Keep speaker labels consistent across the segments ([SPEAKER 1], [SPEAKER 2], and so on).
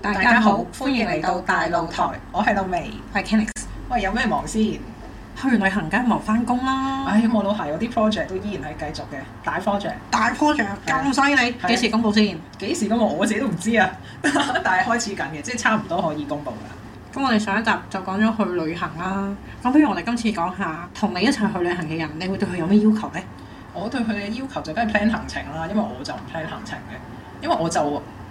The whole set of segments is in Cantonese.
[SPEAKER 1] 大家好，歡迎嚟到大露台，嗯
[SPEAKER 2] 我係露薇。
[SPEAKER 1] 我係 Kennix。
[SPEAKER 2] 喂，有咩忙先？
[SPEAKER 1] 去完旅行梗係忙翻工啦。
[SPEAKER 2] 唉，我老鞋有啲 project 都依然係繼續嘅，大 project。
[SPEAKER 1] 大 project 咁犀利，
[SPEAKER 2] 係啊
[SPEAKER 1] 幾時公佈先？
[SPEAKER 2] 幾時公佈我自己都唔知啊， 但係開始緊嘅，即係差唔多可以公佈啦。
[SPEAKER 1] 咁我哋上一集就講咗去旅行啦。咁不如我哋今次講下同你一齊去旅行嘅人，你會對佢有咩要求呢？
[SPEAKER 2] 我對佢嘅要求就梗係 plan 行程啦，因為我就唔 plan 行程嘅，因為我就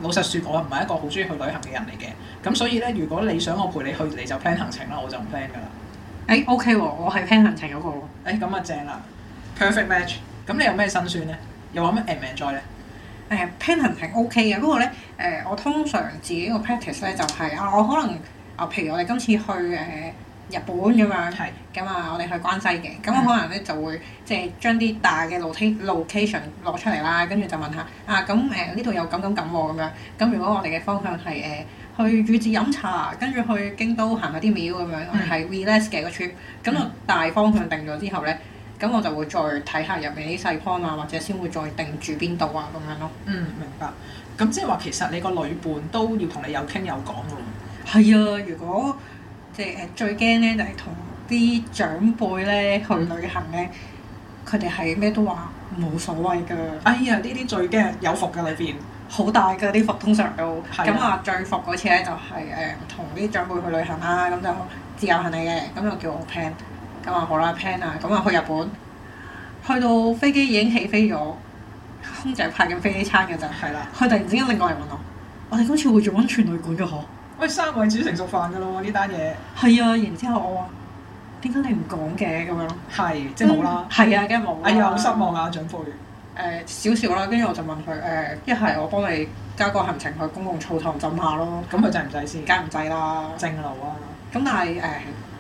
[SPEAKER 2] 老實説，我唔係一個好中意去旅行嘅人嚟嘅。咁所以咧，如果你想我陪你去，你就 plan 行程啦，我就唔 plan 㗎啦。
[SPEAKER 1] 誒、OK 喎，我係 plan 行程嗰個喎。
[SPEAKER 2] 誒咁啊正啦，perfect match。咁你有咩辛酸咧？又話咩 enjoy 咧？
[SPEAKER 1] 誒 pattern 係 OK 嘅，不過咧誒、我通常自己個 practice 咧就係、啊，我可能啊，譬如我哋今次去誒、日本咁樣，
[SPEAKER 2] 係
[SPEAKER 1] 咁啊，我哋去關西嘅，咁我可能咧就會即係將啲大嘅 loca- location 攞出嚟啦，跟住就問下啊，咁誒呢度有咁咁咁喎咁樣，咁如果我哋嘅方向係誒、去宇治飲茶，啊跟住去京都行下啲廟咁樣，我哋係 relax 嘅個 trip，咁我
[SPEAKER 2] 嗯
[SPEAKER 1] 大方向定咗之後咧。咁我就會再睇下入面啲細 point 啊，或者先會再定住邊度啊咁樣咯。
[SPEAKER 2] 嗯，明白。咁即係話其實你個旅伴都要同你有傾有講
[SPEAKER 1] 係
[SPEAKER 2] 嘅喎。
[SPEAKER 1] 啊，如果即係誒最驚咧，就係同啲長輩咧去旅行咧，佢哋係咩都話冇所謂㗎，
[SPEAKER 2] 哎呀，呢啲最驚有伏嘅裏邊。
[SPEAKER 1] 好大㗎啲服通常都。
[SPEAKER 2] 係啊
[SPEAKER 1] 咁啊，最服嗰次咧就係誒同啲長輩去旅行啦，咁就自由行嚟嘅，咁就叫我 plan，咁啊好啦 plan 啊，咁啊去日本，去到飛機已經起飛咗，空姐派緊飛機餐㗎咋，
[SPEAKER 2] 係啦，
[SPEAKER 1] 佢突然之間另外嚟問我，我哋今次會做温泉旅館㗎嗬？
[SPEAKER 2] 喂，三位煮成熟飯嘅咯喎，呢單嘢
[SPEAKER 1] 係啊，然之後我話點解你唔講嘅咁樣咯？
[SPEAKER 2] 係即係冇啦
[SPEAKER 1] 嗯。係啊，梗係冇啦。
[SPEAKER 2] 哎呀，好失望啊，長輩。
[SPEAKER 1] 誒少少啦，跟住我就問佢誒，一係我幫你加個行程去公共澡堂浸下咯，
[SPEAKER 2] 咁佢制唔制先？
[SPEAKER 1] 梗係唔制啦。咁
[SPEAKER 2] 正路啊。
[SPEAKER 1] 但係誒，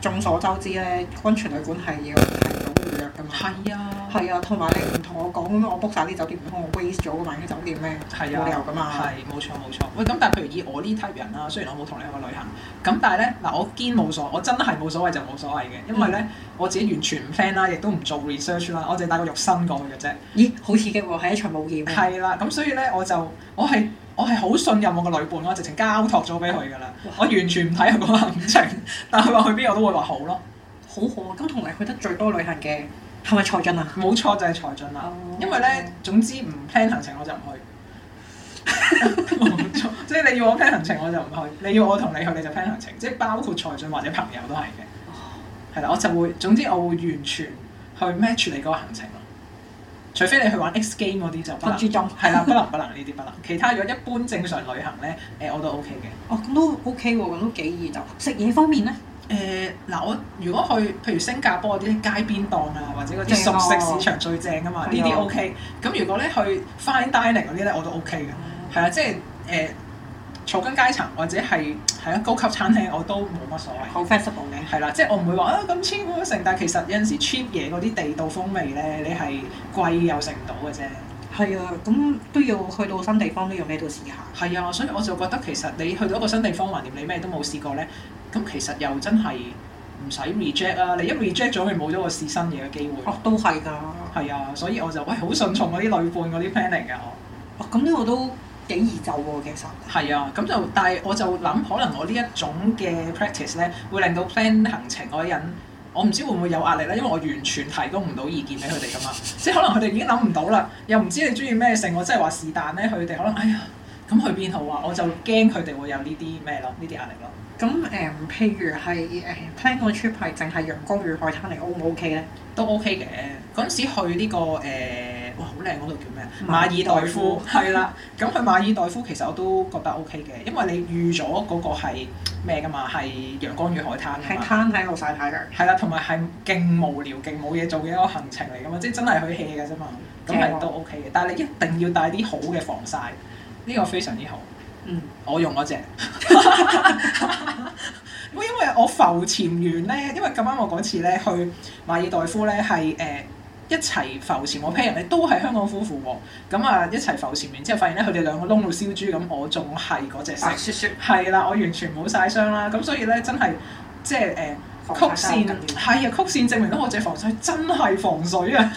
[SPEAKER 1] 眾所周知咧，温泉旅館係要提早預約㗎嘛。
[SPEAKER 2] 係啊。
[SPEAKER 1] 係啊，同埋你唔同我講咁，我 book 晒啲酒店，唔通我 waste 咗嗰晚嘅酒店咩？
[SPEAKER 2] 係
[SPEAKER 1] 冇
[SPEAKER 2] 啊，
[SPEAKER 1] 理由㗎嘛
[SPEAKER 2] 係冇錯冇錯。喂，咁但係譬如以我呢 type 人啦，雖然我冇同你去過旅行，咁但係咧嗱，我堅冇所，我真係冇所謂就冇所謂嘅，因為咧、我自己完全唔 plan 啦，亦都唔做 research 啦，我淨係帶個肉身過去嘅啫。
[SPEAKER 1] 咦，好刺激喎，係一場冒險喎。
[SPEAKER 2] 係啦，咁所以咧我就我係我係好信任我個旅伴咯，直情交託咗俾佢㗎啦
[SPEAKER 1] 哇。
[SPEAKER 2] 我完全唔睇佢個行程，但係佢話去邊我都會話好咯。
[SPEAKER 1] 好好啊，咁同你去得最多旅行嘅係咪財進啊？
[SPEAKER 2] 冇錯就係財進啦，
[SPEAKER 1] 哦
[SPEAKER 2] 因為咧總之唔 plan 行程我就唔去。冇錯，即係你要我 plan 行程我就唔去，你要我同你去你就 plan 行程，即係包括財進或者朋友都係嘅。係啦，我就會總之我會完全去 match 你嗰個行程咯。除非你去玩 X game 嗰啲就不能
[SPEAKER 1] 分，豬鐘
[SPEAKER 2] 係啦，不能不能呢啲不能。其他如果一般正常旅行咧，誒、我都 OK 嘅。
[SPEAKER 1] 哦，咁都 OK 喎，咁都幾易就。食嘢方面咧？
[SPEAKER 2] 誒呃嗱、我如果去譬如新加坡嗰啲街邊檔啊，或者嗰啲
[SPEAKER 1] 正
[SPEAKER 2] 熟
[SPEAKER 1] 啊
[SPEAKER 2] 食市場最正啊嘛，呢
[SPEAKER 1] 係
[SPEAKER 2] 啲
[SPEAKER 1] 啊
[SPEAKER 2] OK。咁如果咧去 fine dining 嗰啲咧，我都 OK 嘅。係啊，即係誒、草根階層或者係係啊高級餐廳，我都冇乜所謂。
[SPEAKER 1] 好 flexible 嘅。
[SPEAKER 2] 係啦，即係我唔會話啊咁 cheap 咁成，但係其實有陣時 cheap 嘢嗰啲地道風味咧，你係貴又食唔到嘅啫。
[SPEAKER 1] 係啊，咁都要去到新地方都要咩都試下。
[SPEAKER 2] 係啊，所以我就覺得其實你去到一個新地方，橫掂你咩都冇試過咧，咁其實又真係唔使 reject 啊！你一 reject 咗，咪冇咗個試新嘢嘅機會。
[SPEAKER 1] 哦，都係㗎。
[SPEAKER 2] 係啊，所以我就喂好順從嗰啲旅伴嗰啲 planning 嘅我。
[SPEAKER 1] 哦，咁呢個都幾易就喎，其實。
[SPEAKER 2] 係啊，咁就但係我就諗，可能我呢一種嘅 practice 咧，會令到 plan 行程嗰啲人，我唔知會唔會有壓力咧，因為我完全提供唔到意見俾佢哋噶嘛，即係可能佢哋已經諗唔到啦，又唔知你中意咩性，我真係話是但咧，佢哋可能哎呀，咁去邊好啊？我就驚佢哋會有呢啲咩咯，呢啲壓力咯。
[SPEAKER 1] 咁誒、譬如係誒、plan 個 trip 係淨係陽光與海灘嚟，O 唔 OK 咧？
[SPEAKER 2] 都 OK 嘅。嗰陣時去呢、個誒、哇好靚嗰度叫咩啊？
[SPEAKER 1] 馬
[SPEAKER 2] 馬
[SPEAKER 1] 爾
[SPEAKER 2] 爾
[SPEAKER 1] 代
[SPEAKER 2] 代
[SPEAKER 1] 夫
[SPEAKER 2] 夫係啦。咁去馬爾代夫其實我都覺得 OK 嘅，因為你預咗嗰個係咩㗎嘛，係陽光與海灘㗎
[SPEAKER 1] 喺
[SPEAKER 2] 嘛。
[SPEAKER 1] 攤喺度曬太陽。
[SPEAKER 2] 係啦，同埋係勁無聊、勁冇嘢做嘅一個行程嚟㗎嘛，即係真係去 hea 嘅啫嘛。咁
[SPEAKER 1] 正喎
[SPEAKER 2] 係都 OK 嘅，但係你一定要帶啲好嘅防曬，呢、個非常之好。
[SPEAKER 1] 嗯。
[SPEAKER 2] 我用 嗰只。喂因為我浮潛完咧，因為咁啱我嗰次咧去馬爾代夫咧係誒一齊浮潛，我 pair 人咧都係香港夫婦喎，咁啊一齊浮潛完之後，發現咧佢哋兩個窿到燒豬咁，我仲係嗰隻色，
[SPEAKER 1] 雪雪。
[SPEAKER 2] 係啦，我完全冇晒傷啦，咁所以咧真係即係誒。呃
[SPEAKER 1] 防
[SPEAKER 2] 曲
[SPEAKER 1] 曬
[SPEAKER 2] 線
[SPEAKER 1] 真係好緊要
[SPEAKER 2] 係啊，曲 線證明到我隻防水真係防水啊！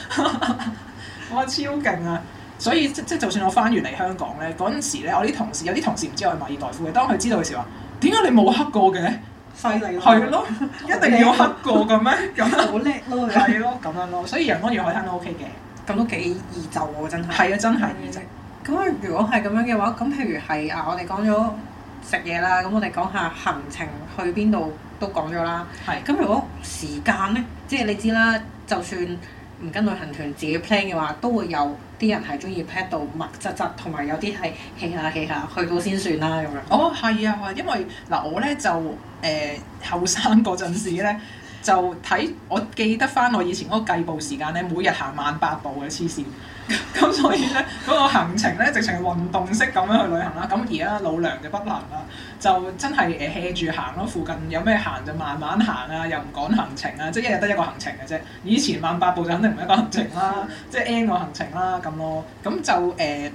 [SPEAKER 2] 哇，超勁啊！所以即即就算我翻完嚟香港咧，嗰陣時咧，我啲同事有啲同事唔知我係馬爾代夫嘅，當佢知道嘅時候話：點解你冇黑過嘅？
[SPEAKER 1] 犀利
[SPEAKER 2] 係， 咯，一定要黑過嘅咩？咁樣
[SPEAKER 1] 好叻咯你
[SPEAKER 2] 係咯，咁樣咯，所以人安與海灘都 OK 嘅。
[SPEAKER 1] 咁都幾易就喎，真係。
[SPEAKER 2] 係啊，真係
[SPEAKER 1] 嗯
[SPEAKER 2] 二直。
[SPEAKER 1] 咁啊如果係咁樣嘅話，咁譬如係啊，我哋講咗食嘢啦，咁我哋講下行程去邊度都講咗啦。
[SPEAKER 2] 係
[SPEAKER 1] 咁如果時間呢，即係你知啦，就算唔跟旅行團自己 plan 嘅話，都會有啲人係中意 plan 到密質質，同埋有啲係 hea 下 hea 下，去到先算啦咁樣。
[SPEAKER 2] 哦，係啊，因為嗱，我咧就誒後生嗰陣時咧，就睇我記得翻我以前嗰個計步時間咧，每日行萬八步嘅黐線。咁所以咧，嗰、個行程咧，直情係運動式咁樣去旅行啦。咁而家老娘就不能啦，就真係誒 hea 住行咯。附近有咩行就慢慢行啊，又唔趕行程啊，即係一日得一個行程嘅啫。以前萬八步就肯定唔係一個行程
[SPEAKER 1] 嗯
[SPEAKER 2] 啦，即係 N 個行程啦咁咯。咁就誒。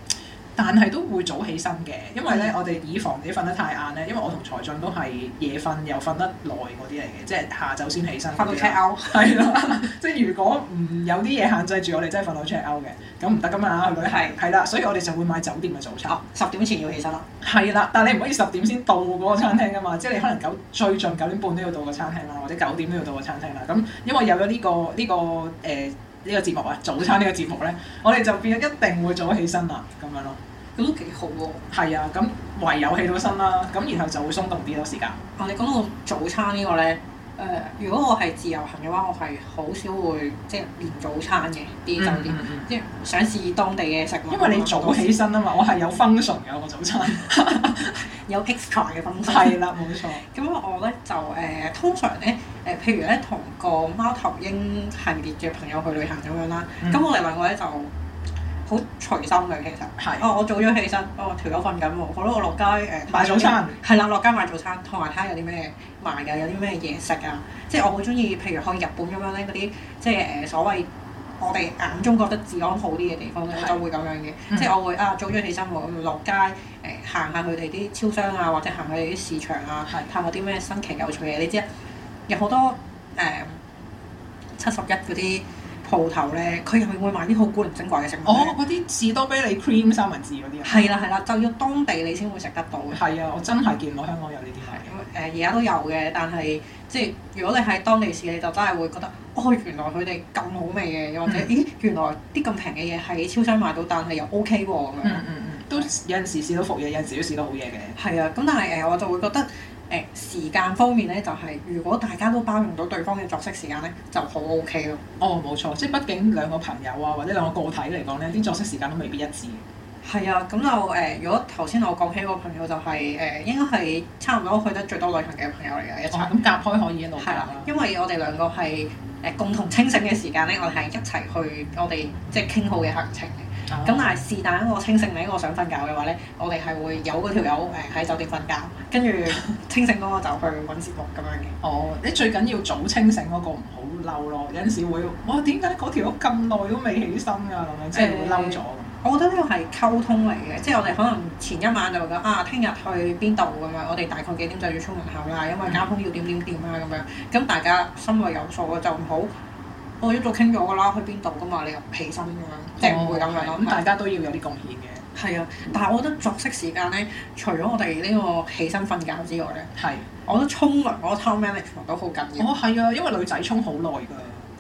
[SPEAKER 2] 但係都會早起身嘅，因為
[SPEAKER 1] 嗯
[SPEAKER 2] 咧我哋以防自己瞓得太晏咧，因為我同財進都係夜瞓又瞓得耐嗰啲嚟嘅，即係下晝先起身嗰
[SPEAKER 1] 發
[SPEAKER 2] 啲
[SPEAKER 1] 到
[SPEAKER 2] 啦。
[SPEAKER 1] check out，
[SPEAKER 2] 係啦， 即係如果唔有啲嘢限制住我哋，真係瞓到 check out 嘅，咁唔得噶嘛，去旅行
[SPEAKER 1] 係
[SPEAKER 2] 係啦，所以我哋就會買酒店嘅早餐。
[SPEAKER 1] 啊十點前要起身啦。
[SPEAKER 2] 係啦，但係你唔可以十點先到嗰個餐廳噶嘛，即係你可能九最盡九點半都要到個餐廳啦，或者九點都要到個餐廳啦。咁因為有咗呢、個呢、個誒。呢個節目啊，早餐呢個節目咧，我哋就變咗一定會早起身啦，咁樣咯。
[SPEAKER 1] 咁都幾好喎！
[SPEAKER 2] 係啊，咁唯有起到身啦，咁然後就會鬆動啲咯時間。
[SPEAKER 1] 啊，你講到早餐呢個呢，誒、如果我係自由行嘅話，我係好少會即係連早餐嘅啲酒店，即係想試當地嘅食物。
[SPEAKER 2] 因為你早起身啊嘛，我係有 function 嘅我個早餐。
[SPEAKER 1] 有 extra 嘅分析。
[SPEAKER 2] 係啦，冇錯。
[SPEAKER 1] 咁我咧就誒、呃通常咧誒、呃譬如咧同個貓頭鷹系列嘅朋友去旅行咁樣啦，
[SPEAKER 2] 嗯
[SPEAKER 1] 咁、我哋兩個咧就好隨心嘅其實。
[SPEAKER 2] 係
[SPEAKER 1] 哦，我早咗起身，哦條友瞓緊喎，好啦，我落街誒
[SPEAKER 2] 買早餐。
[SPEAKER 1] 係啦，落街買早餐，同埋睇下有啲咩賣㗎，有啲咩嘢食啊。即係我好中意，譬如去日本咁樣咧，嗰啲即係誒、呃所謂我哋眼中覺得治安好啲嘅地方咧，
[SPEAKER 2] 係
[SPEAKER 1] 我就會咁樣嘅。
[SPEAKER 2] 嗯
[SPEAKER 1] 即係我會啊早咗起身喎，咁落街誒行下佢哋啲超商啊，或者行下佢哋啲市場啊，
[SPEAKER 2] 係
[SPEAKER 1] 探下啲咩新奇有趣嘅。你知啊，有好多誒七十一嗰啲鋪頭咧，佢入面會賣啲好古靈精怪嘅食物呢。
[SPEAKER 2] 哦，嗰啲士多啤梨 cream 三文治嗰啲啊，
[SPEAKER 1] 係啦係啦，就要當地你先會食得到嘅。呃
[SPEAKER 2] 係啊，我真係見到香港有呢啲賣嘅。
[SPEAKER 1] 誒而家都有嘅，但係即係如果你喺當地市，你就真係會覺得哦，原來佢哋咁好味嘅，又或者、
[SPEAKER 2] 嗯
[SPEAKER 1] 咦，原來啲咁平嘅嘢喺超商買到，但係又 OK 喎咁樣。
[SPEAKER 2] 嗯嗯嗯，都有陣時試到服嘢，有陣時都試到好嘢嘅。
[SPEAKER 1] 係啊，咁但係誒、呃我就會覺得誒、呃、時間方面咧，就係、如果大家都包容到對方嘅作息時間咧，就好 OK 咯。
[SPEAKER 2] 哦，冇錯，即係畢竟兩個朋友啊，或者兩個個體嚟講咧，啲作息時間都未必一致嘅。
[SPEAKER 1] 係啊，咁就誒、呃如果頭先我講起個朋友就係、呃、應該係差唔多去得最多旅行嘅朋友嚟嘅一齊
[SPEAKER 2] 哇，。哦咁隔開可以一路夾
[SPEAKER 1] 係啦
[SPEAKER 2] 啦，。
[SPEAKER 1] 因為我哋兩個係誒共同清醒嘅時間咧，我哋係一齊去我哋即係傾好嘅行程嘅。
[SPEAKER 2] 哦
[SPEAKER 1] 咁但係是但一個清醒，另一個想瞓覺嘅話咧，我哋係會有嗰條友誒喺酒店瞓覺，跟住清醒嗰個就去揾節目咁樣嘅。
[SPEAKER 2] 哦，你最緊要早清醒嗰個唔好嬲咯，有陣時會哇點解嗰條友咁耐都未起身㗎咁樣，即係會嬲咗。
[SPEAKER 1] 我覺得呢個係溝通嚟嘅，即係我哋可能前一晚就會講啊，聽日去邊度咁樣，我哋大概幾點就要出門口啦，因為交通要點點點啦咁樣，咁大家心裏有數嘅就唔好，我一早傾咗㗎啦，去邊度㗎嘛，你又唔起身咁樣，即係唔會咁樣
[SPEAKER 2] 哦
[SPEAKER 1] 咯。
[SPEAKER 2] 咁大家都要有啲貢獻嘅，
[SPEAKER 1] 係啊，但係我覺得作息時間咧，除咗我哋呢個起身瞓覺之外咧，
[SPEAKER 2] 係。
[SPEAKER 1] 我覺得沖涼嗰個 time management 都好緊要。
[SPEAKER 2] 哦，係啊，因為女仔沖好耐㗎。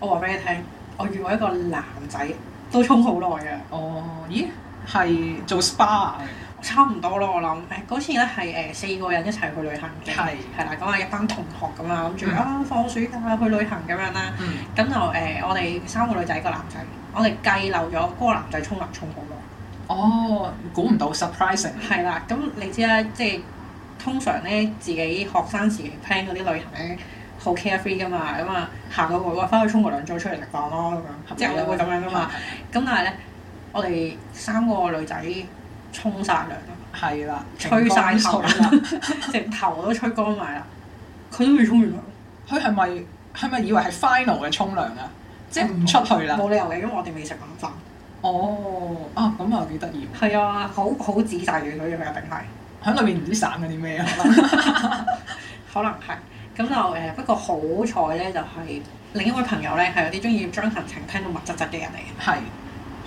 [SPEAKER 1] 我話俾你聽，我遇過一個男仔都沖好耐啊，
[SPEAKER 2] 哦，咦，係做 SPA 啊
[SPEAKER 1] 差唔多咯，我諗。誒嗰次咧係誒四個人一齊去旅行嘅，
[SPEAKER 2] 係
[SPEAKER 1] 係啦，咁啊一班同學咁啦，諗住
[SPEAKER 2] 嗯
[SPEAKER 1] 啊放暑假去旅行咁樣啦，
[SPEAKER 2] 嗯，
[SPEAKER 1] 咁就誒、我哋三個女仔一個男仔，我哋計漏咗嗰個男仔沖涼沖好耐。
[SPEAKER 2] 哦，估唔到 surprising，
[SPEAKER 1] 係啦，咁你知啦，即係通常咧，自己學生時期 plan 嗰啲旅行咧，好 carefree 噶嘛，咁啊行到外翻去沖個涼再出嚟食飯咯，咁樣，即係啊我哋會咁樣噶嘛。咁但係咧，我哋三個女仔沖晒涼啦，
[SPEAKER 2] 係啦，
[SPEAKER 1] 吹晒頭
[SPEAKER 2] 勁乾水啦，
[SPEAKER 1] 啦，成頭都吹乾埋啦，佢都未沖完涼，
[SPEAKER 2] 佢係咪係咪以為係 final 嘅沖涼啊？即係唔出去啦。
[SPEAKER 1] 冇理由嘅，因為我哋未食晚飯。
[SPEAKER 2] 哦，啊，咁啊幾得意，
[SPEAKER 1] 係啊，好好仔細嘅佢哋一定係。
[SPEAKER 2] 喺裏面唔知省緊 啲咩啊？
[SPEAKER 1] 可能係。咁就誒，不過好彩咧，就係、另一位朋友咧係有啲中意將行程 plan 到密質質嘅人嚟嘅。
[SPEAKER 2] 係，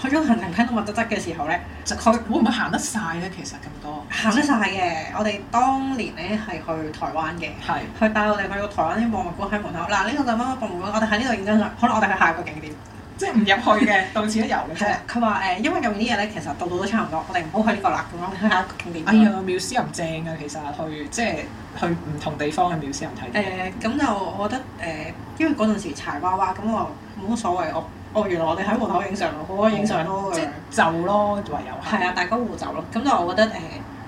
[SPEAKER 1] 去咗行程 plan 到密質質嘅時候咧，
[SPEAKER 2] 就
[SPEAKER 1] 佢
[SPEAKER 2] 會唔會行得晒咧？其實咁多
[SPEAKER 1] 行得晒嘅。我哋當年咧係去台灣嘅。
[SPEAKER 2] 係
[SPEAKER 1] 佢帶我哋去個台灣啲博物館喺門口，嗱呢度就乜乜博物館，我哋喺呢度影張相，可能我哋去下一個景點。
[SPEAKER 2] 即係唔入去嘅， 到此一遊嘅
[SPEAKER 1] 係
[SPEAKER 2] 啫
[SPEAKER 1] 啦。，佢話誒，因為入面啲嘢咧，其實度度都差唔多，我哋唔好去呢個啦，咁樣去下一個景點。
[SPEAKER 2] 哎呀，妙思林正嘅，其實去即係去唔同地方嘅妙思林睇嘢。
[SPEAKER 1] 誒咁就我覺得誒、因為嗰陣時柴娃娃咁我冇乜所謂，我哦原來我哋喺門口影相咯，好啊影相咯咁
[SPEAKER 2] 哦即
[SPEAKER 1] 樣
[SPEAKER 2] 係就咯，唯有
[SPEAKER 1] 係啊，大家互走咯。咁就我覺得誒、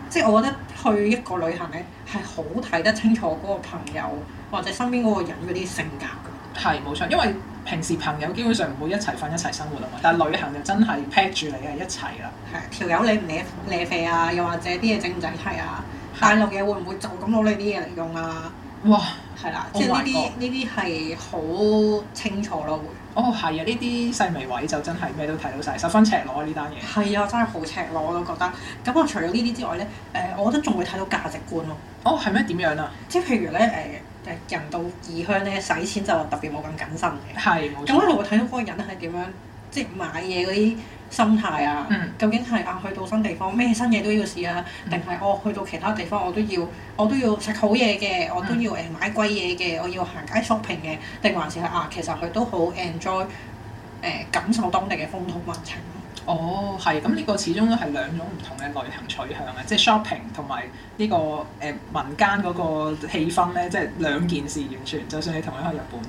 [SPEAKER 1] 即係我覺得去一個旅行咧係好睇得清楚嗰個朋友或者身邊嗰個人嗰啲性格㗎。
[SPEAKER 2] 係冇錯，因為平時朋友基本上唔會一齊瞓一齊生活啊嘛，但係旅行就真係 pack 住你係一齊啦。
[SPEAKER 1] 係啊條友你唔舐舐啡啊，又或者啲嘢正唔正係啊，大陸嘢會唔會就咁攞你啲嘢嚟用啊？
[SPEAKER 2] 哇！
[SPEAKER 1] 係啦，
[SPEAKER 2] Oh
[SPEAKER 1] 即係呢
[SPEAKER 2] my
[SPEAKER 1] 啲
[SPEAKER 2] God
[SPEAKER 1] 呢啲係好清楚咯，會
[SPEAKER 2] 哦，係啊，呢啲細微位就真係咩都睇到晒，十分赤裸啊呢單嘢。
[SPEAKER 1] 係啊，真係好赤裸我都覺得。咁啊我除咗呢啲之外咧，誒、我覺得仲會睇到價值觀咯。
[SPEAKER 2] 哦，係咩？點樣啊？
[SPEAKER 1] 即係譬如咧，誒、誒人到異鄉咧，使錢就特別冇咁謹慎嘅。
[SPEAKER 2] 係冇
[SPEAKER 1] 咁一啊
[SPEAKER 2] 錯。
[SPEAKER 1] 路會睇到嗰個人係點樣，即係買嘢嗰啲心態啊。
[SPEAKER 2] 嗯，
[SPEAKER 1] 究竟係啊，去到新地方咩新嘢都要試啊，定係我去到其他地方我都要，我都要食好嘢嘅，我都要誒買貴嘢嘅，我要行街 shopping 嘅，定還是係啊，其實佢都好 enjoy 誒、感受當地嘅風土民情。
[SPEAKER 2] 哦，係。咁呢個始終都係兩種唔同嘅旅行取向啊，即係 shopping 同埋呢個誒、民間嗰個氣氛咧，即係兩件事完全。就算你同佢去日本。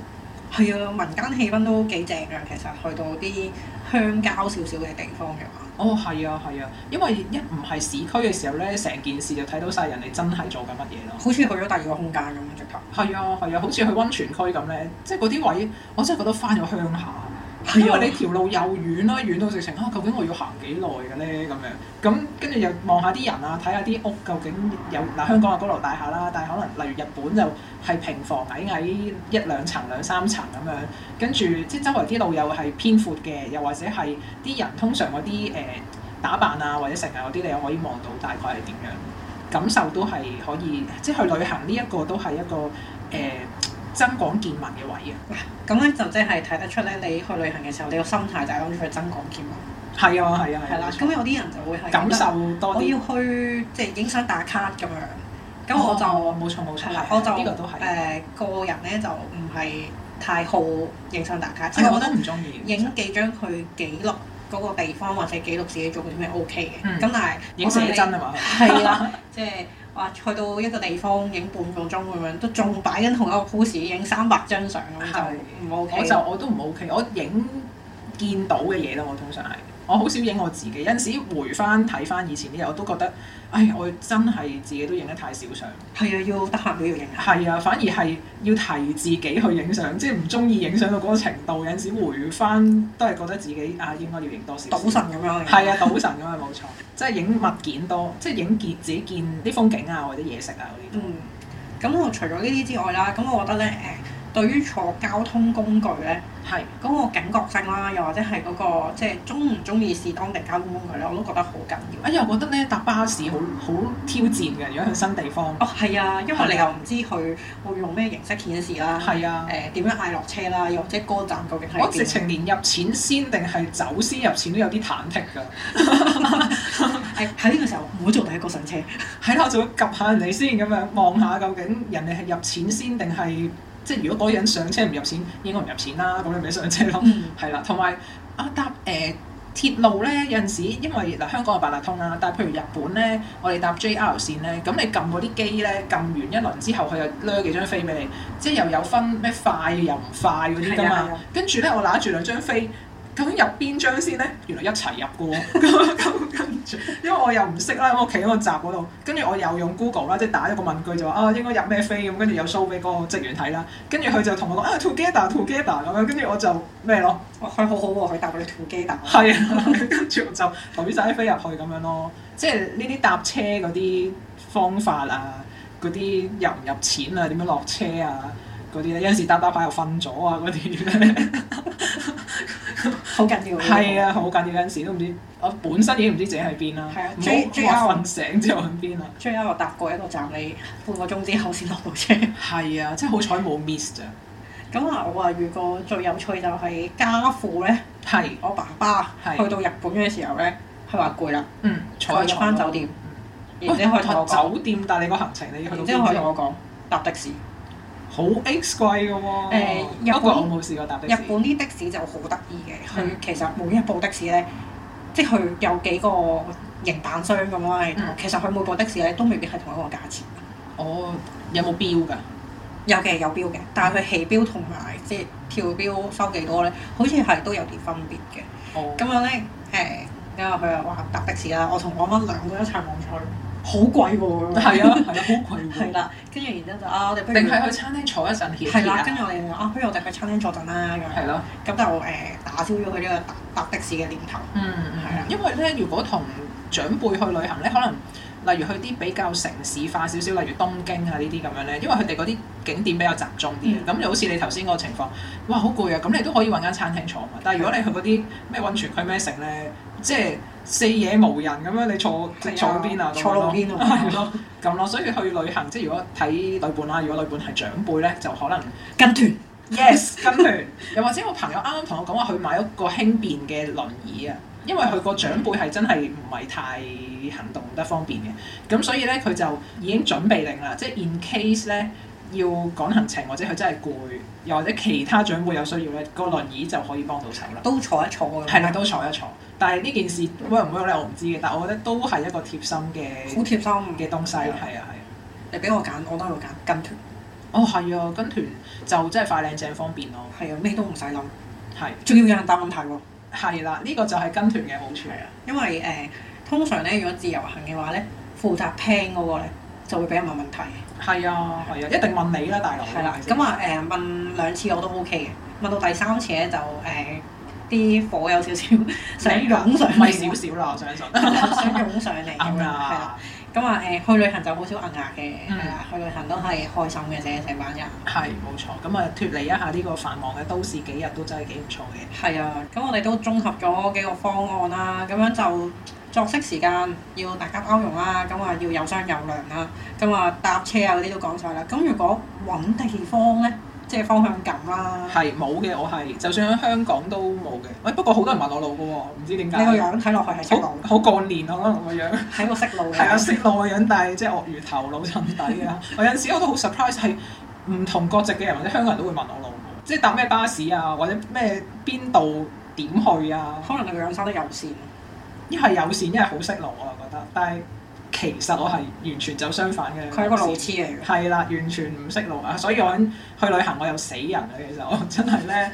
[SPEAKER 1] 係啊，民間氣氛都幾正㗎，其實去到啲鄉郊少少嘅地方嘅話，
[SPEAKER 2] 哦，係啊，係啊，因為一唔係市區嘅時候咧，成件事就睇到晒人哋真係做緊乜嘢咯。
[SPEAKER 1] 好似去咗第二個空間咁樣直頭。
[SPEAKER 2] 係啊，係啊，好似去温泉區咁咧，即係嗰啲位，我真係覺得翻咗鄉下。
[SPEAKER 1] 係啊
[SPEAKER 2] 因為你條路又遠啦，遠到直情啊，究竟我要行幾耐嘅咧？咁樣咁跟住又望下啲人啊，睇下啲屋究竟有嗱香港嘅高樓大廈啦，但係可能例如日本就係平房矮矮一兩層兩三層咁樣，跟住即係周圍啲路又係偏闊嘅，又或者係啲人通常嗰啲誒打扮啊或者成啊嗰啲，你又可以望到大概係點樣，感受都係可以，即係去旅行呢一個都係一個誒、增廣見聞嘅位啊！
[SPEAKER 1] 咁咧就即係睇得出咧，你去旅行嘅時候，你個心態就係諗住去增廣見聞，
[SPEAKER 2] 係啊，係啊，
[SPEAKER 1] 係啦。咁有啲人就會係
[SPEAKER 2] 感
[SPEAKER 1] 覺得
[SPEAKER 2] 受多
[SPEAKER 1] 我
[SPEAKER 2] 啲。
[SPEAKER 1] 要去即係影相打卡咁樣，咁我就
[SPEAKER 2] 哦冇錯冇錯，
[SPEAKER 1] 係
[SPEAKER 2] 係
[SPEAKER 1] 啦
[SPEAKER 2] 啊，
[SPEAKER 1] 我就
[SPEAKER 2] 呢個都係，
[SPEAKER 1] 誒個人咧就唔係太好影相打卡，即
[SPEAKER 2] 係
[SPEAKER 1] 係
[SPEAKER 2] 我
[SPEAKER 1] 我
[SPEAKER 2] 都
[SPEAKER 1] 覺
[SPEAKER 2] 唔中意
[SPEAKER 1] 得影幾張去記錄嗰個地方或者記錄自己做過啲咩 OK
[SPEAKER 2] 嗯
[SPEAKER 1] 嘅，咁但係
[SPEAKER 2] 影寫真啊嘛，
[SPEAKER 1] 係 啦，即係話去到一個地方影半個鐘咁樣，都仲擺緊同一個 pose 影三百張相咁
[SPEAKER 2] 係
[SPEAKER 1] 就唔 OK
[SPEAKER 2] 我就我都唔 OK，我影見到嘅嘢咯，我通常係。我好少影我自己，有陣時回翻睇翻以前啲嘢，我都覺得，唉，我真係自己都影得太少相。
[SPEAKER 1] 係啊，要得閒都要影下。
[SPEAKER 2] 係啊，反而係要提自己去影相，即係唔中意影相到嗰個程度。有陣時回翻都係覺得自己啊，應該要影多少少。
[SPEAKER 1] 賭神咁樣。
[SPEAKER 2] 係啊，賭神咁啊，冇錯。即係影物件多，即係影見自己見啲風景啊，或者嘢食啊嗰啲多。
[SPEAKER 1] 嗯，咁我除咗呢啲之外啦，咁我覺得咧誒、對於坐交通工具咧，
[SPEAKER 2] 係
[SPEAKER 1] 嗰、個警覺性啦，又或者係嗰、個即係中唔中意試當地交通工具咧，我都覺得好緊要。
[SPEAKER 2] 哎呀，我覺得咧搭巴士好好挑戰嘅，如果去新地方。
[SPEAKER 1] 哦，係啊，因為你又唔知佢會用咩形式顯示啦，
[SPEAKER 2] 係啊，
[SPEAKER 1] 誒點、樣嗌落車啦，又或者嗰個站究竟係
[SPEAKER 2] 我
[SPEAKER 1] 邊
[SPEAKER 2] 直情連入錢先定係走先入錢都有啲忐忑㗎。
[SPEAKER 1] 係喺呢個時候唔好做第一個上車。
[SPEAKER 2] 係啦，我就會及下人哋先咁樣望下究竟人哋係入錢先定係即係如果嗰個人上車唔入錢，應該唔入錢啦，咁你咪上車咯。
[SPEAKER 1] 嗯
[SPEAKER 2] 係啦，同埋啊搭誒、鐵路咧，有陣時因為嗱香港有八達通啦，但係譬如日本咧，我哋搭 JR 線咧，咁你撳嗰啲機咧，撳完一輪之後，佢又掠幾張飛俾你，即係又有分咩快又唔快嗰啲噶
[SPEAKER 1] 係啊
[SPEAKER 2] 嘛
[SPEAKER 1] 係啊。
[SPEAKER 2] 跟住咧，我揦住兩張飛。究竟入邊張先咧？原來一齊入嘅喎，咁啊咁跟住，因為我又唔識啦，咁我企喺個閘嗰度，跟住我又用 Google 啦，即係打咗個問句就話啊應該入咩飛咁，跟住又 show 俾嗰個職員睇啦，跟住佢就同我講啊 together together 咁樣，跟住我就咩咯，
[SPEAKER 1] 哇，佢好好喎，佢搭嗰啲土機搭。
[SPEAKER 2] 係啊，跟住我就懟晒啲飛入去咁樣咯。即係呢啲搭車嗰啲方法啊，嗰啲入唔入錢啊，點樣落車啊，嗰啲咧，有陣時搭搭下又瞓咗啊，嗰啲 咧，
[SPEAKER 1] 好緊要。
[SPEAKER 2] 係。啊，好緊要。有陣時都唔知，我本身已經唔知自己喺邊啦，
[SPEAKER 1] 係啊
[SPEAKER 2] 唔好
[SPEAKER 1] J-
[SPEAKER 2] 唔好瞓醒之後喺邊啊。
[SPEAKER 1] 最後我搭過一個站，你半個鐘之後先落到車。
[SPEAKER 2] 係啊，即係好彩冇 miss 咋。
[SPEAKER 1] 咁啊，我話遇過最有趣就係家父咧，
[SPEAKER 2] 係
[SPEAKER 1] 我爸爸
[SPEAKER 2] 係
[SPEAKER 1] 去到日本嘅時候咧，佢話攰啦，
[SPEAKER 2] 嗯，坐
[SPEAKER 1] 佢
[SPEAKER 2] 一
[SPEAKER 1] 入
[SPEAKER 2] 坐
[SPEAKER 1] 翻
[SPEAKER 2] 咯
[SPEAKER 1] 酒店，
[SPEAKER 2] 喂
[SPEAKER 1] 然之 後佢同我講，
[SPEAKER 2] 酒店，但係你個行程你去到
[SPEAKER 1] 然之後佢
[SPEAKER 2] 邊
[SPEAKER 1] 同
[SPEAKER 2] 啫
[SPEAKER 1] 我講搭的士。
[SPEAKER 2] 好 X 貴嘅喎。
[SPEAKER 1] 誒日本
[SPEAKER 2] 不過我冇試過搭的
[SPEAKER 1] 日
[SPEAKER 2] 士。
[SPEAKER 1] 本啲的士就好得意嘅，佢
[SPEAKER 2] 嗯
[SPEAKER 1] 其實每一部的士咧，即係佢有幾個營辦商咁樣喺度
[SPEAKER 2] 嗯
[SPEAKER 1] 其實佢每部的士咧都未必係同一個價錢。
[SPEAKER 2] 我哦有冇標㗎？
[SPEAKER 1] 有嘅有標嘅，但係佢起標同埋即係跳標收幾多咧，好似係都有啲分別嘅。
[SPEAKER 2] 哦，
[SPEAKER 1] 咁樣咧，誒、因為佢又話搭的士啦，我同我媽兩個一齊望佢，好貴喎、咁樣
[SPEAKER 2] 係啊，係啊，好貴
[SPEAKER 1] 係
[SPEAKER 2] 喎。
[SPEAKER 1] 啦，跟住然之後就啊，我哋不如
[SPEAKER 2] 定係去餐廳坐一陣歇
[SPEAKER 1] 係
[SPEAKER 2] 歇
[SPEAKER 1] 啦，
[SPEAKER 2] 啊
[SPEAKER 1] 跟住我哋就啊，不如我哋去餐廳坐陣啦咁樣。
[SPEAKER 2] 係咯，
[SPEAKER 1] 咁就誒、打消咗佢呢個搭搭的士嘅念頭。
[SPEAKER 2] 嗯，
[SPEAKER 1] 係啊
[SPEAKER 2] 因為咧，如果同長輩去旅行咧，可能例如去啲比較城市化少少，例如東京啊呢啲咁樣咧，因為佢哋嗰啲景點比較集中啲
[SPEAKER 1] 嗯
[SPEAKER 2] 嘅，咁就好似你頭先嗰個情況，哇好攰啊！咁你都可以揾間餐廳坐嘛。但係如果你去嗰啲咩温泉區咩城咧，即係四野無人咁樣，你坐
[SPEAKER 1] 係啊
[SPEAKER 2] 坐邊啊？咁樣
[SPEAKER 1] 坐路
[SPEAKER 2] 咯
[SPEAKER 1] 邊啊
[SPEAKER 2] 係咯，咁咯。所以去旅行，即係如果睇旅伴啊啦，如果旅伴係長輩咧，就可能。
[SPEAKER 1] 跟團
[SPEAKER 2] yes 跟團， 又或者我朋友啱啱同我講話，佢買一個輕便嘅輪椅啊，因為佢個長輩係真係唔係太行動得方便嘅，咁所以咧佢就已經準備定啦，即係 in case 咧要趕行程或者佢真係攰，又或者其他長輩有需要咧，個輪椅就可以幫到手啦。
[SPEAKER 1] 都坐一坐咁樣
[SPEAKER 2] 係啦，都坐一坐，但係呢件事 work 唔 work 咧，我唔知嘅，但係我覺得都係一個貼心
[SPEAKER 1] 好
[SPEAKER 2] 嘅
[SPEAKER 1] 貼心。
[SPEAKER 2] 嘅東西，係啊係啊。
[SPEAKER 1] 你俾我揀，我都係會揀跟團，
[SPEAKER 2] 哦，係啊，跟團就真係快靚正方便咯，
[SPEAKER 1] 係啊，咩都唔使諗，
[SPEAKER 2] 係。
[SPEAKER 1] 仲要有人答問題喎。
[SPEAKER 2] 係啦，呢、個就係跟團嘅好處。
[SPEAKER 1] 因為誒、通常咧，如果自由行嘅話咧，負責 plan 嗰個咧就會俾人問問題，
[SPEAKER 2] 係啊，係啊，一定問你啦，大佬。
[SPEAKER 1] 係啦。咁啊誒問兩次我都 OK 嘅，問到第三次咧就誒啲、火有少 少想湧上
[SPEAKER 2] 唔係
[SPEAKER 1] 嚟，
[SPEAKER 2] 少少啦，我相信。啊
[SPEAKER 1] 想湧上嚟咁
[SPEAKER 2] 啱
[SPEAKER 1] 樣，係啦。
[SPEAKER 2] 啦，
[SPEAKER 1] 咁啊誒去旅行就好少硬牙嘅，
[SPEAKER 2] 嗯
[SPEAKER 1] 係啦，去旅行都係開心嘅啫，成班人。
[SPEAKER 2] 係冇錯。咁啊，脱離一下呢個繁忙嘅都市幾日都真係幾唔錯嘅。
[SPEAKER 1] 係啊，咁我哋都綜合咗幾個方案啦，咁樣就作息時間要大家包容啦，咁啊要有商有量啦，咁啊搭車啊嗰啲都講晒啦。咁如果揾地方咧，即係方向感啦，
[SPEAKER 2] 係冇嘅，我係就算喺香港都冇嘅。喂，不過好多人問我路嘅喎，唔知點
[SPEAKER 1] 你個
[SPEAKER 2] 解。
[SPEAKER 1] 樣睇落去係識
[SPEAKER 2] 好
[SPEAKER 1] 路，
[SPEAKER 2] 好幹練啊，可能我個樣。
[SPEAKER 1] 係個識路
[SPEAKER 2] 係啊，
[SPEAKER 1] 嘅。
[SPEAKER 2] 識路嘅樣，但係即係鱷魚頭老襯 底啊！我有陣時我都好 surprise 係唔同國籍嘅人或者香港人都會問我路嘅，即係搭咩巴士啊，或者咩邊度點去啊？
[SPEAKER 1] 可能你個樣生得友善，
[SPEAKER 2] 一係友善，一係好識路，我又覺得。但係其實我係完全就相反嘅。
[SPEAKER 1] 佢係一個路痴嚟嘅。
[SPEAKER 2] 係啊啦，完全唔識路啊！所以我諗去旅行我又死人啦，其實我真係咧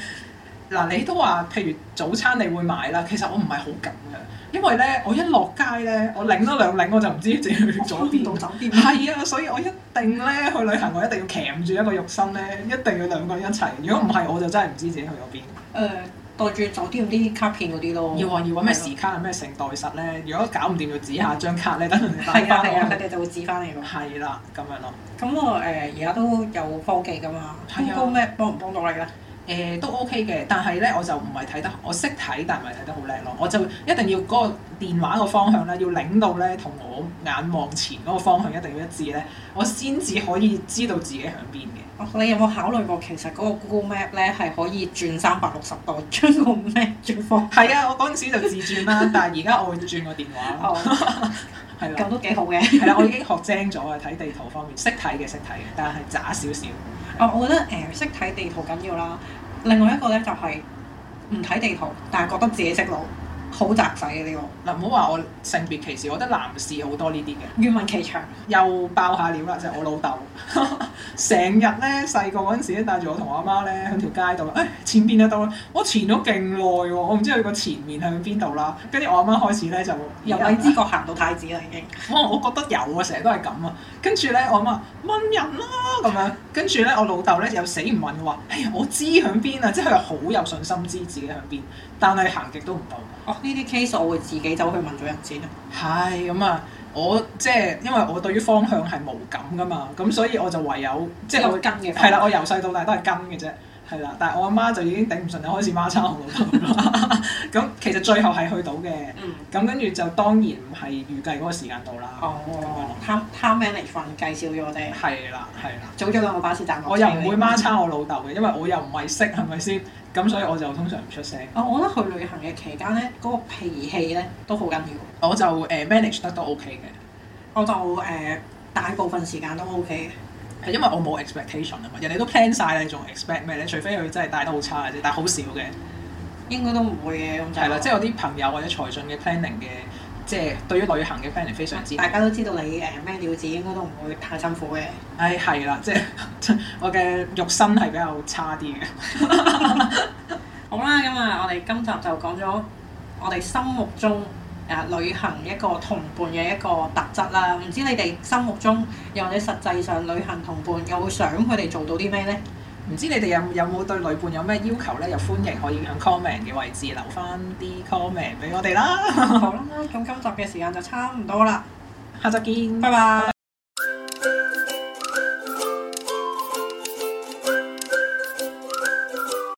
[SPEAKER 2] 嗱，你都話譬如早餐你會買啦，其實我唔係好敢嘅，因為咧我一落街咧，我擰多兩擰我就唔知自己去咗邊
[SPEAKER 1] 到酒店，
[SPEAKER 2] 係啊，所以我一定咧去旅行，我一定要鉗住一個肉身咧，一定要兩個人一齊。如果唔係，我就真係唔知自己去咗邊。
[SPEAKER 1] 誒袋住酒店啲卡片嗰啲咯。
[SPEAKER 2] 要啊要啊，咩時卡啊咩成代實咧，如果搞唔掂就指下張卡咧，等人哋打
[SPEAKER 1] 係啊
[SPEAKER 2] 翻
[SPEAKER 1] 係啊，
[SPEAKER 2] 我
[SPEAKER 1] 佢。哋就會指翻你咯。
[SPEAKER 2] 係啦，咁樣咯。
[SPEAKER 1] 咁我誒而家都有科技㗎嘛
[SPEAKER 2] 係啊
[SPEAKER 1] ，Google Map 幫唔幫到你咧？
[SPEAKER 2] 誒、都 OK 嘅，但係咧我就唔係睇得，我識睇但唔係睇得好叻咯。我就一定要嗰個電話個方向咧，要擰到咧同我眼望前嗰個方向一定要一致咧，我先至可以知道自己喺邊嘅。
[SPEAKER 1] 哦你有冇考慮過其實嗰個 Google Map 咧係可以轉三百六十度， 將個 map 轉方
[SPEAKER 2] 係啊，我嗰陣時就自轉啦， 但係而家我會轉個電話 咯，
[SPEAKER 1] 哦，
[SPEAKER 2] 係啦
[SPEAKER 1] 咁，都幾好嘅。
[SPEAKER 2] 係啦，我已經學精咗啊，睇地圖方面識睇嘅識睇嘅，但係渣少少。
[SPEAKER 1] 哦，我覺得誒識睇地圖緊要啦。另外一個咧就係唔睇地圖，但係覺得自己識路，好窄仔嘅呢個。
[SPEAKER 2] 嗱，唔好話我性別歧視，我覺得男士好多呢啲嘅。
[SPEAKER 1] 願聞其詳。
[SPEAKER 2] 又爆下料啦，就係我老豆， 成日咧細個嗰陣時咧帶住我同我阿媽咧喺條街度，誒、前邊就到啦，我前咗勁耐喎，我唔知佢個前面向邊度啦，跟住我阿媽開始咧就
[SPEAKER 1] 由荔 枝角行到太子啦已經。
[SPEAKER 2] 哇！我覺得有啊，成日都係咁啊。跟住咧，我阿媽問人啦咁樣。跟住咧，我老豆咧又死唔問我話，哎呀，我知響邊啊！即係佢係好有信心知自己響邊，但係行極都唔到。
[SPEAKER 1] 哦，呢啲 case 我會自己走去問咗人先啦。
[SPEAKER 2] 係咁啊！我即係因為我對於方向係無感噶嘛，咁所以我就唯有即係
[SPEAKER 1] 有
[SPEAKER 2] 我
[SPEAKER 1] 跟嘅。
[SPEAKER 2] 係啦，我由細到大都係跟嘅啫。係啦，但係我阿媽就已經頂唔順，就開始孖叉我老豆啦。咁其實最後係去到嘅，
[SPEAKER 1] 嗯，
[SPEAKER 2] 咁跟住就當然唔係預計嗰個時間到啦。
[SPEAKER 1] 哦，time time management 介紹咗我哋，
[SPEAKER 2] 係啦，係啦。
[SPEAKER 1] 早咗兩個巴士站落
[SPEAKER 2] 我
[SPEAKER 1] 車
[SPEAKER 2] 又
[SPEAKER 1] 嘅，
[SPEAKER 2] 唔會孖叉我老豆嘅，因為我又唔係識，係咪先？咁所以我就通常唔出聲。
[SPEAKER 1] 哦，我覺得去旅行嘅期間咧，嗰、個脾氣咧都好緊要。
[SPEAKER 2] 我就誒、呃 manage 得都 OK 嘅，
[SPEAKER 1] 我就誒、呃大部分時間都 OK
[SPEAKER 2] 係因為我冇 expectation 啊嘛，人哋都 plan 晒啦，你仲 expect 咩咧？除非佢真係帶得好差嘅啫，但係好少嘅。
[SPEAKER 1] 嗯嘅，應該都唔會嘅咁就
[SPEAKER 2] 係啦，即係我啲朋友或者財進嘅 planning 嘅，即係對於旅行嘅 planning 非常之
[SPEAKER 1] 大家都知道你誒咩料子，應該都唔會太辛苦嘅。
[SPEAKER 2] 唉，係啦，即係 我嘅肉身係比較差啲嘅。
[SPEAKER 1] 好啦，咁啊，我哋今集就講咗我哋心目中誒、啊旅行一個同伴嘅一個特質啦。唔知你哋心目中又或者實際上旅行同伴又會想佢哋做到啲咩呢？
[SPEAKER 2] 唔知你哋有有冇對旅伴有咩要求咧？又歡迎可以喺 comment 嘅位置留翻啲 comment 俾我哋啦。
[SPEAKER 1] 好啦，咁今集嘅時間就差唔多啦，
[SPEAKER 2] 下集見，
[SPEAKER 1] 拜拜。